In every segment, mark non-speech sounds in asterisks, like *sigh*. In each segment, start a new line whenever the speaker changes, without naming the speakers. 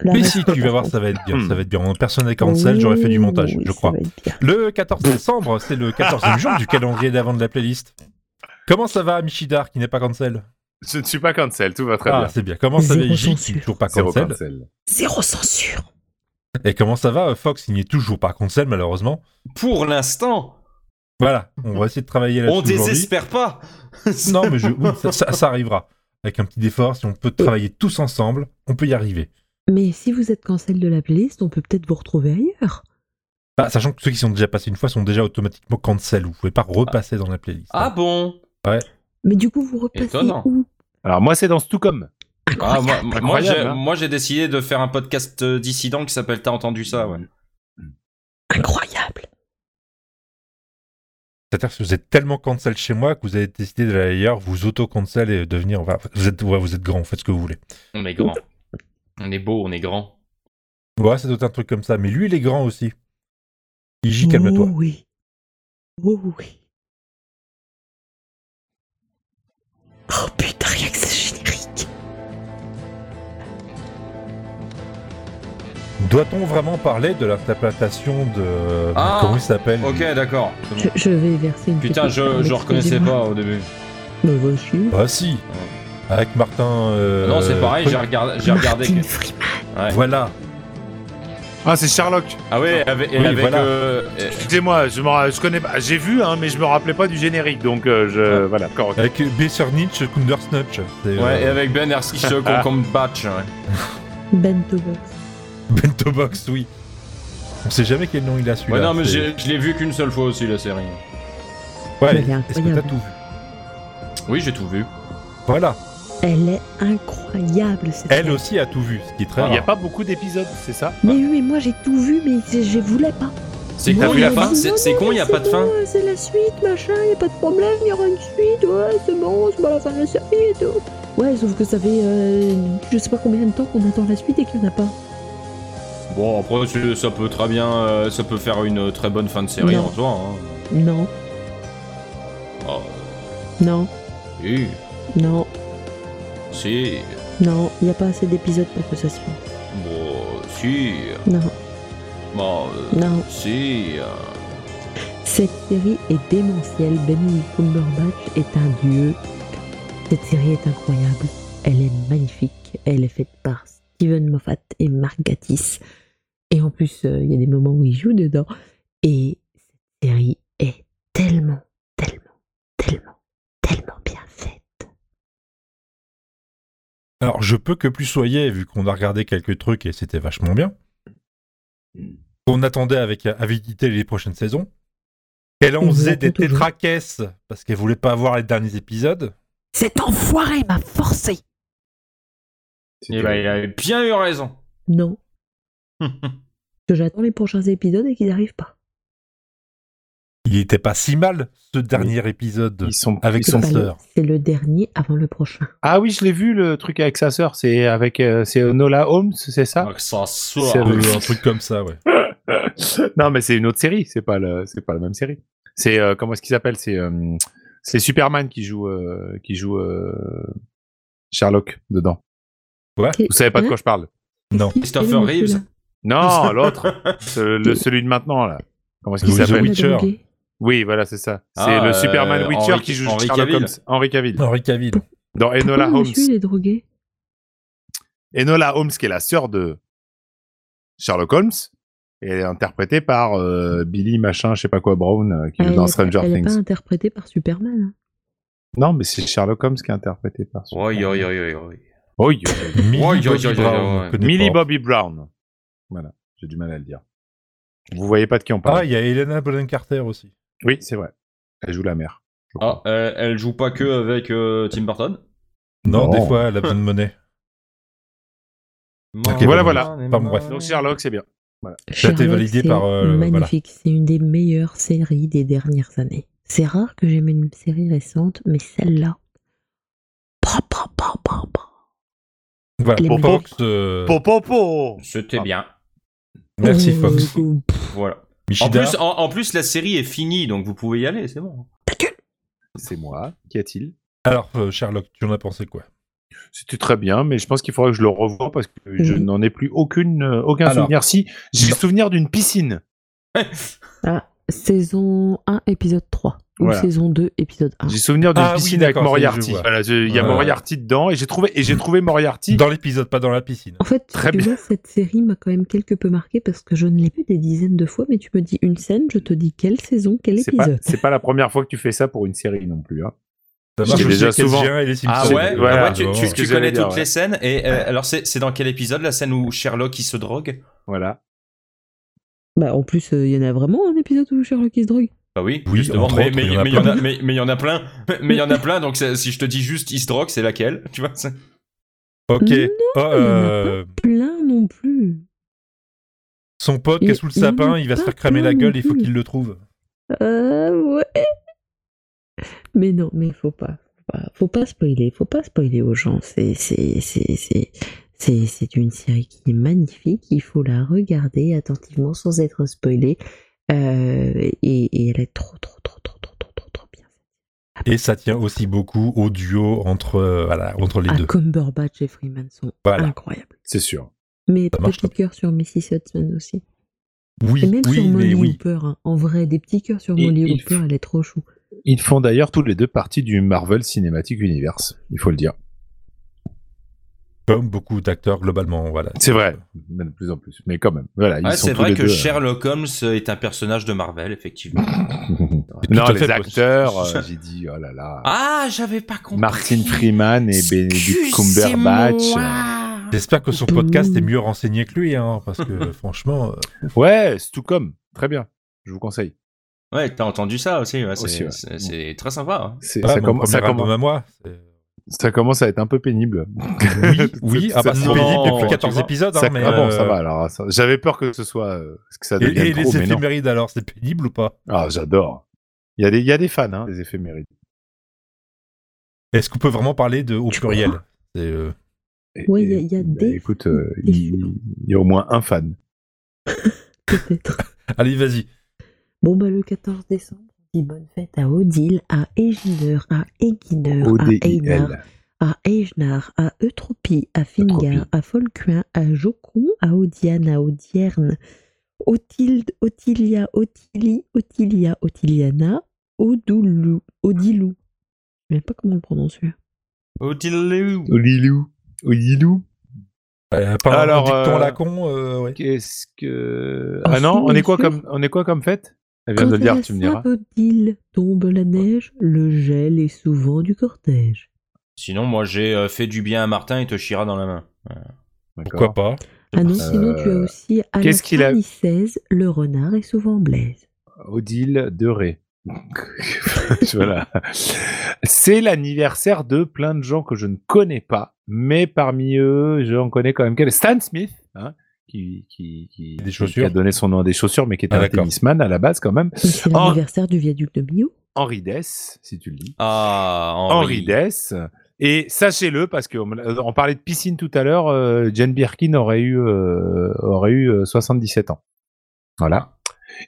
La
Mais
reste,
si, tu
par
vas voir,
contre.
ça va être bien.
Hmm.
Ça va être bien. En personne à cancel,
Oui,
j'aurais fait du montage,
oui,
je
ça
crois.
va être bien.
Le 14 décembre, c'est le 14e jour du calendrier d'avant de la playlist. Comment ça va, Michidar, qui n'est pas cancel
Je ne suis pas cancel, tout va très
Ah,
bien.
c'est bien. Comment ça va,
Zéro
J, qui
censure.
n'est toujours pas
Zéro
cancel
cancel.
Zéro censure.
Et comment ça va, euh, Fox, il n'est toujours pas cancel, malheureusement.
Pour l'instant,
Voilà, on va essayer de travailler là-dessus
on
aujourd'hui.
désespère pas.
Non, mais je- oui, ça, ça- ça arrivera. Avec un petit effort, si on peut travailler tous ensemble, on peut y arriver.
Mais si vous êtes cancel de la playlist, on peut peut-être vous retrouver ailleurs.
Bah, sachant que ceux qui sont déjà passés une fois sont déjà automatiquement cancel. Vous pouvez pas repasser dans la playlist.
Ah bon
Mais du coup, vous repassez
Étonnant.
où
Alors moi c'est dans Stucom.
Ah, moi, moi, moi,
Incroyable,
j'ai-
hein.
moi, j'ai décidé de faire un podcast euh, dissident qui s'appelle T'as entendu ça ouais.
Incroyable.
C'est-à-dire que vous êtes tellement cancel chez moi que vous avez décidé d'aller ailleurs, vous auto-cancel et devenir. enfin, vous, êtes, ouais, vous êtes grand, faites ce que vous voulez.
On est grand. On est beau, on est grand.
Ouais, c'est doit être un truc comme ça. Mais lui, il est grand aussi. Iji, calme-toi.
Oh oui. Oh oui. Oh putain, rien que c'est générique.
Doit-on vraiment parler de l'interprétation de.
Ah,
Comment il s'appelle
Ok, d'accord. c'est bon.
Je, je vais verser une
Putain,
petite
je,
larme,
je reconnaissais
excusez-moi.
pas au début.
Mais voici.
Ah, si Avec Martin. euh,
non, c'est pareil, j'ai regardé. J'ai regardé
Martin
que-
Freeman.
Ouais.
Voilà
Ah c'est Sherlock.
Ah ouais, avec.
Oui,
avec,
voilà.
euh, euh,
Excusez-moi, je, m'en- je connais pas. J'ai vu, hein, mais je me rappelais pas du générique, donc euh, je
Ouais.
voilà. Encore-
Avec Besser Nietzsche, Kundersnutch. C'est, euh,
ouais, et avec Ben Erskine, Concombre Batch. ouais.
Ben Tobox.
Bento Box, oui. On sait jamais quel nom il a
Ouais,
celui-là.
non, mais
c'est-
j'ai- je l'ai vu qu'une seule fois aussi, la série.
Ouais,
Il est
est-ce que t'as
incroyable.
tout vu
Oui, j'ai tout vu.
Voilà,
Elle est incroyable cette
elle
série.
aussi a tout vu, ce qui est
Ah,
très
Il n'y a
rare.
pas beaucoup d'épisodes, c'est ça
Mais oui, mais moi j'ai tout vu, mais c'est- je voulais pas.
C'est
T'as
con,
vu
il y a
la
pas.
fin
C'est c'est con, il y a pas de fin.
C'est la suite, machin, y a pas de problème, y aura une suite, ouais, c'est bon, c'est pas la fin de la série et tout. Ouais, sauf que ça fait euh, je sais pas combien de temps qu'on attend la suite et qu'il y en a pas.
Bon, après, c'est- ça peut très bien. euh, ça peut faire une très bonne fin de série
Non.
en soi. hein.
Non,
Oh,
non,
oui,
non,
si.
non, y a pas assez d'épisodes pour que ça se fasse.
Bon, si.
Non,
Bon, euh,
non.
si. euh,
Cette série est démentielle, Benny Cumberbatch est un dieu. Cette série est incroyable, elle est magnifique, elle est faite par Steven Moffat et Mark Gatiss. Et en plus, euh, il y a des moments où il joue dedans. Et cette série est tellement, tellement, tellement, tellement bien faite.
Alors, je peux que plus soyez, vu qu'on a regardé quelques trucs et c'était vachement bien. On attendait avec avidité les prochaines saisons. Qu'elle en
On
faisait
l'attend
des
toujours.
tétracaisses parce qu'elle voulait pas voir les derniers épisodes.
Cet enfoiré m'a forcé
Eh ben, il avait bien eu raison.
Non, que j'attends les prochains épisodes et qu'ils n'arrivent pas.
Il était pas si mal, ce dernier épisode.
Ils sont
Avec
ils
son
sont-
C'est pas le-
sœur.
C'est le dernier avant le prochain.
Ah oui, je l'ai vu le truc avec sa sœur. C'est avec euh, c'est Nola Holmes, c'est ça
*laughs* Ah, que ça soit.
C'est
Euh, un truc comme ça, ouais.
Non, mais c'est une autre série. C'est pas le c'est pas la même série. C'est euh, comment est-ce qu'il s'appelle C'est euh, c'est Superman qui joue euh, qui joue euh, Sherlock dedans. Vous savez
Mmh.
pas
Hein
de quoi je parle
*laughs*
Non.
Christopher Reeves.
Non, l'autre, Ce- le- celui de maintenant là. Comment est-ce qu'il
Oui, The
s'appelle
Witch. Witcher.
Oui, voilà, c'est ça. C'est
Ah,
le
euh,
Superman Witcher
Henry-
qui joue
Henry
Sherlock
Cavill.
Holmes. Henry Cavill.
Henri Cavill.
Dans Enola
Pourquoi
Holmes.
monsieur, il est drogué
Enola Holmes, qui est la sœur de Sherlock Holmes, est interprétée par euh, Billy machin, je sais pas quoi Brown, euh, qui
Ah,
joue
elle
dans
est-
Stranger
elle est pas
Things.
interprétée par Superman.
Non, mais c'est Sherlock Holmes qui est interprété par.
Oui, oui, oui, oui.
Oi, oi.
Millie
Ouais, ouais,
Bobby
ouais,
Brown,
ouais, ouais.
on connaît
Millie
pas.
Bobby Brown. Voilà, j'ai du mal à le dire. Vous voyez pas de qui on parle
Ah, il y a Elena Bonham Carter aussi.
Oui, c'est vrai. Elle joue la mère. je crois.
Ah, elle, elle joue pas que avec euh, Tim Burton.
Non,
Non.
des fois, elle a besoin de monnaie.
Ok, voilà, voilà.
Enfin, bref.
Donc Sherlock, c'est bien.
Ça
été validé par, euh,
magnifique. C'est une des meilleures séries des dernières années. C'est rare que j'aime une série récente, mais celle-là. Pa, pa, pa, pa, pa.
Voilà,
Les
pour
magnifiques.
Fox. euh,
Popopo
C'était
Ah.
bien.
Merci
Oh,
Fox.
oh, pff,
Voilà. En
Michida.
plus, en, en plus, la série est finie, donc vous pouvez y aller, c'est bon.
C'est moi. Qu'y a-t-il
Alors, euh, Sherlock, tu en as pensé quoi
C'était très bien, mais je pense qu'il faudra que je le revoie parce que je
Mhm.
n'en ai plus aucune, euh, aucun
Alors.
souvenir. Si, j'ai le souvenir d'une piscine.
Ah, saison 1, épisode 3. Ou
Voilà.
saison 2, épisode 1.
J'ai souvenir d'une
Ah oui,
piscine avec
d'accord, ça y est, je
Moriarty.
vois.
Voilà, je- il y a
Ouais.
Moriarty dedans et j'ai trouvé et j'ai trouvé Moriarty.
Dans l'épisode, pas dans la piscine.
En fait,
Très
tu
bien.
vois, cette série m'a quand même quelque peu marqué parce que je ne l'ai vu des dizaines de fois, mais tu me dis une scène, je te dis quelle saison, quel
C'est pas,
épisode.
c'est pas la première fois que tu fais ça pour une série non plus. hein.
Ça
J'ai
marche
déjà
aussi avec
souvent-
SG1 et les Simpsons.
Ah ouais,
voilà,
Ah ouais, tu,
bon.
tu-
ce
tu
que j'allais
connais
dire,
toutes
ouais.
les scènes. Et euh, alors, c'est c'est dans quel épisode La scène où Sherlock il se drogue
Voilà.
Bah, en plus, euh, il y en a vraiment un épisode où Sherlock qui se drogue.
Bah oui,
Oui,
justement,
entre
mais
autres,
mais-
il y en a
mais il y en
plein.
a- mais- mais il y en a plein. Mais il y en a plein, *laughs* donc c'est- si je te dis juste il se drogue, c'est laquelle Tu vois c'est-
Ok.
Non,
Oh, euh,
Plein non plus.
son pote qui est sous le
Il- il en
sapin,
a
il va se
pas
faire cramer la
plein
gueule,
non
il faut
plus.
qu'il le trouve.
Euh, ouais. Mais non, mais faut pas. Faut pas, faut pas spoiler. Faut pas spoiler aux gens. C'est, c'est, c'est, c'est, c'est, c'est une série qui est magnifique. Il faut la regarder attentivement sans être spoilé. Euh, et, et elle est trop, trop, trop, trop, trop, trop, trop, trop bien.
Et ça tient aussi beaucoup au duo entre, euh, voilà, entre les
Ah,
deux.
Cumberbatch et Freeman sont
Voilà.
incroyables.
C'est sûr.
Mais
marche,
petit cœur sur Mrs. Hudson aussi.
Oui,
et même
oui,
sur
mais
Molly
oui.
Hooper. hein. En vrai, des petits cœurs sur
Et-
Molly
et-
Hooper, elle est trop chou.
Ils font d'ailleurs tous les deux partie du Marvel Cinematic Universe. Il faut le dire.
Comme beaucoup d'acteurs globalement, voilà.
C'est vrai. mais De plus en plus. Mais quand même. Voilà. Ils
Ouais,
sont
C'est
tous
vrai
les
que
deux, euh,
Sherlock Holmes est un personnage de Marvel, effectivement.
Tout
euh, *laughs* non,
à
les
fait
acteurs.
possible.
euh, j'ai dit oh là là.
*laughs* Ah, j'avais pas compris.
Martin Freeman et Benedict Cumberbatch.
Excusez-moi.
J'espère que son podcast est mieux renseigné que lui, hein, parce
*laughs*
que franchement, euh,
Ouais, c'est tout comme. Très bien. Je vous conseille.
Ouais, t'as entendu ça aussi. ouais,
Aussi,
c'est
ouais.
c'est- c'est très sympa. hein.
C'est-
ah,
ça,
mon
commence-
premier
ça
album
commence-
à moi. c'est-
ça commence à être un peu pénible.
*laughs* Oui, oui, ah bah, c'est
Non,
pénible
tu
depuis 14
vois.
épisodes, hein,
Ça-
mais
ah bon,
euh,
ça va alors. ça- J'avais peur que ce soit euh, que ça
Et,
devienne
et
trop,
les
mais non.
éphémérides alors, c'est pénible ou pas
Ah, j'adore. Il y a des, il y a des fans, hein, des éphémérides.
Est-ce qu'on peut vraiment parler de au
Tu
pluriel C'est, euh,
Et-
Ouais, il y a-
et-
il y a
bah,
des-
Écoute, euh,
des
il
fans.
il y a au moins un fan.
Peut-être.
Allez, vas-y.
Bon, bah, le 14 décembre, on dit bonne fête à Odile, à Eginer, à Eguiner, à Einar,
O-D-I-L.
à Ejnar, à Eutropie, à Fingar,
Eutropie.
à Folcuin, à Jocon, à Odiane, à Odierne, Otilde, Otilia, Otili, Otilia, Otiliana, Odoulou, Odilou. Je ne sais pas comment on le prononce celui-là.
Odilou.
Olilou. Olilou.
Euh, par
Alors,
un dicton
euh,
à la con, euh, ouais.
Qu'est-ce que.
Ah,
Ah non,
si,
on est
bien
quoi
sûr.
comme, on est quoi comme fête Elle vient de
Quand
le dire,
la
tu me diras.
Saint-Odile tombe la neige, le gel est souvent du cortège.
Sinon, moi, j'ai euh, fait du bien à Martin et te chira dans la main.
Pourquoi pas
Ah non, sinon tu as
Euh,
aussi à la
qu'est-ce qu'il a-
Farnicaise, le renard est souvent blaise.
Odile de Ré. *laughs* voilà. C'est l'anniversaire de plein de gens que je ne connais pas, mais parmi eux, j'en connais quand même quelques. Stan Smith, hein, qui, qui, qui-
Des chaussures.
qui a donné son nom à des chaussures, mais qui était
Ah,
un
d'accord.
tennisman à la base quand même.
Mais C'est
Oh.
l'anniversaire du viaduc de Millau.
Henri Dess, si tu le dis.
Ah,
Henri
Henri.
Dess. Et sachez-le, parce qu'on on parlait de piscine tout à l'heure, euh, Jane Birkin aurait eu, euh, aurait eu euh, 77 ans. Voilà.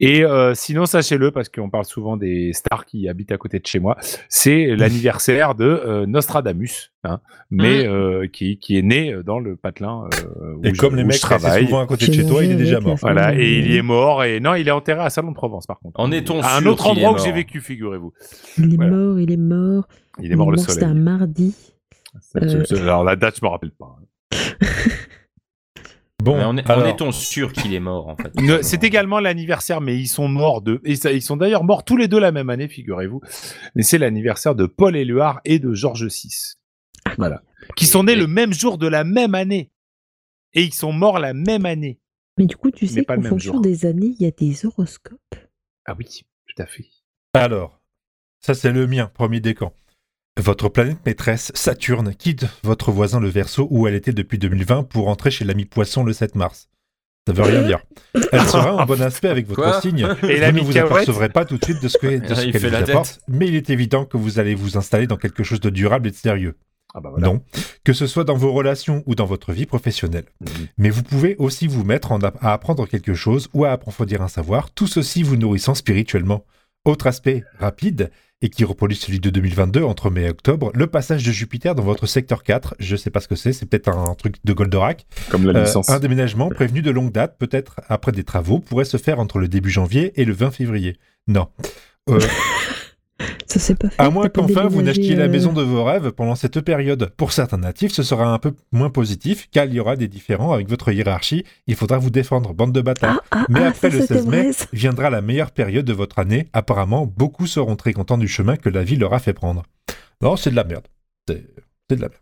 Et euh, sinon, sachez-le, parce qu'on parle souvent des stars qui habitent à côté de chez moi, c'est l'anniversaire de euh, Nostradamus, hein, mais euh, qui, qui est né dans le patelin euh, où
Et
je-
comme les
où
mecs
je travaille.
travaillent souvent à côté de chez toi, il est déjà mort.
Voilà, et il y est mort. Et non, il est enterré à Salon de Provence, par contre.
En est-on
À un
sûr
autre
qu'il est
endroit où
mort
j'ai vécu, figurez-vous.
Il est
Voilà.
mort, il est mort.
Il est mort le soleil.
C'était un mardi. Euh.
Alors la date, je me rappelle pas.
Bon,
Mais on est-
alors,
en est-on sûr qu'il est mort, en fait
Ne- C'est également l'anniversaire, mais ils sont morts de. et ça- Ils sont d'ailleurs morts tous les deux la même année, figurez-vous. Mais c'est l'anniversaire de Paul Éluard et de Georges VI. Voilà. Qui sont nés
Et-
le même jour de la même année. Et ils sont morts la même année.
Mais du coup, tu
Mais
sais
pas le
qu'en
même
fonction
jour.
des années, il y a des horoscopes.
Ah oui, tout à fait.
alors, ça c'est le mien, premier décan. Votre planète maîtresse, Saturne, quitte votre voisin le Verseau où elle était depuis 2020 pour entrer chez l'ami Poisson le 7 mars. Ça veut rien dire. Elle sera en bon aspect avec votre
Quoi
signe.
Et
vous
l'ami
ne vous
Cahuète
apercevrez pas tout de suite de ce que- de
Ah,
ce
*laughs* il
qu'elle
fait
vous
la
apporte, mais il est évident que vous allez vous installer dans quelque chose de durable et de sérieux.
Ah bah voilà.
Non, que ce soit dans vos relations ou dans votre vie professionnelle.
Mm.
Mhm.
Mais vous pouvez aussi vous mettre en app- à apprendre quelque chose ou à approfondir un savoir, tout ceci vous nourrissant spirituellement. Autre aspect rapide, et qui reproduit celui de 2022 entre mai et octobre, le passage de Jupiter dans votre secteur 4, je sais pas ce que c'est, c'est peut-être un, un truc de Goldorak,
Comme la
euh,
licence.
un déménagement prévenu de longue date, peut-être après des travaux, pourrait se faire entre le début janvier et le 20 février. Non. Euh,
Ça s'est pas fait.
à moins
t'as pas
qu'enfin vous
déménagé,
n'achetiez la
euh,
maison de vos rêves pendant cette période. Pour certains natifs, ce sera un peu moins positif, car il y aura des différends avec votre hiérarchie. Il faudra vous défendre, bande de bâtards.
Ah, ah,
Mais
ah,
après
ça,
le
c'était
16 mai,
vrai, ça.
viendra la meilleure période de votre année. Apparemment, beaucoup seront très contents du chemin que la vie leur a fait prendre. Non, c'est de la merde. C'est c'est de la merde.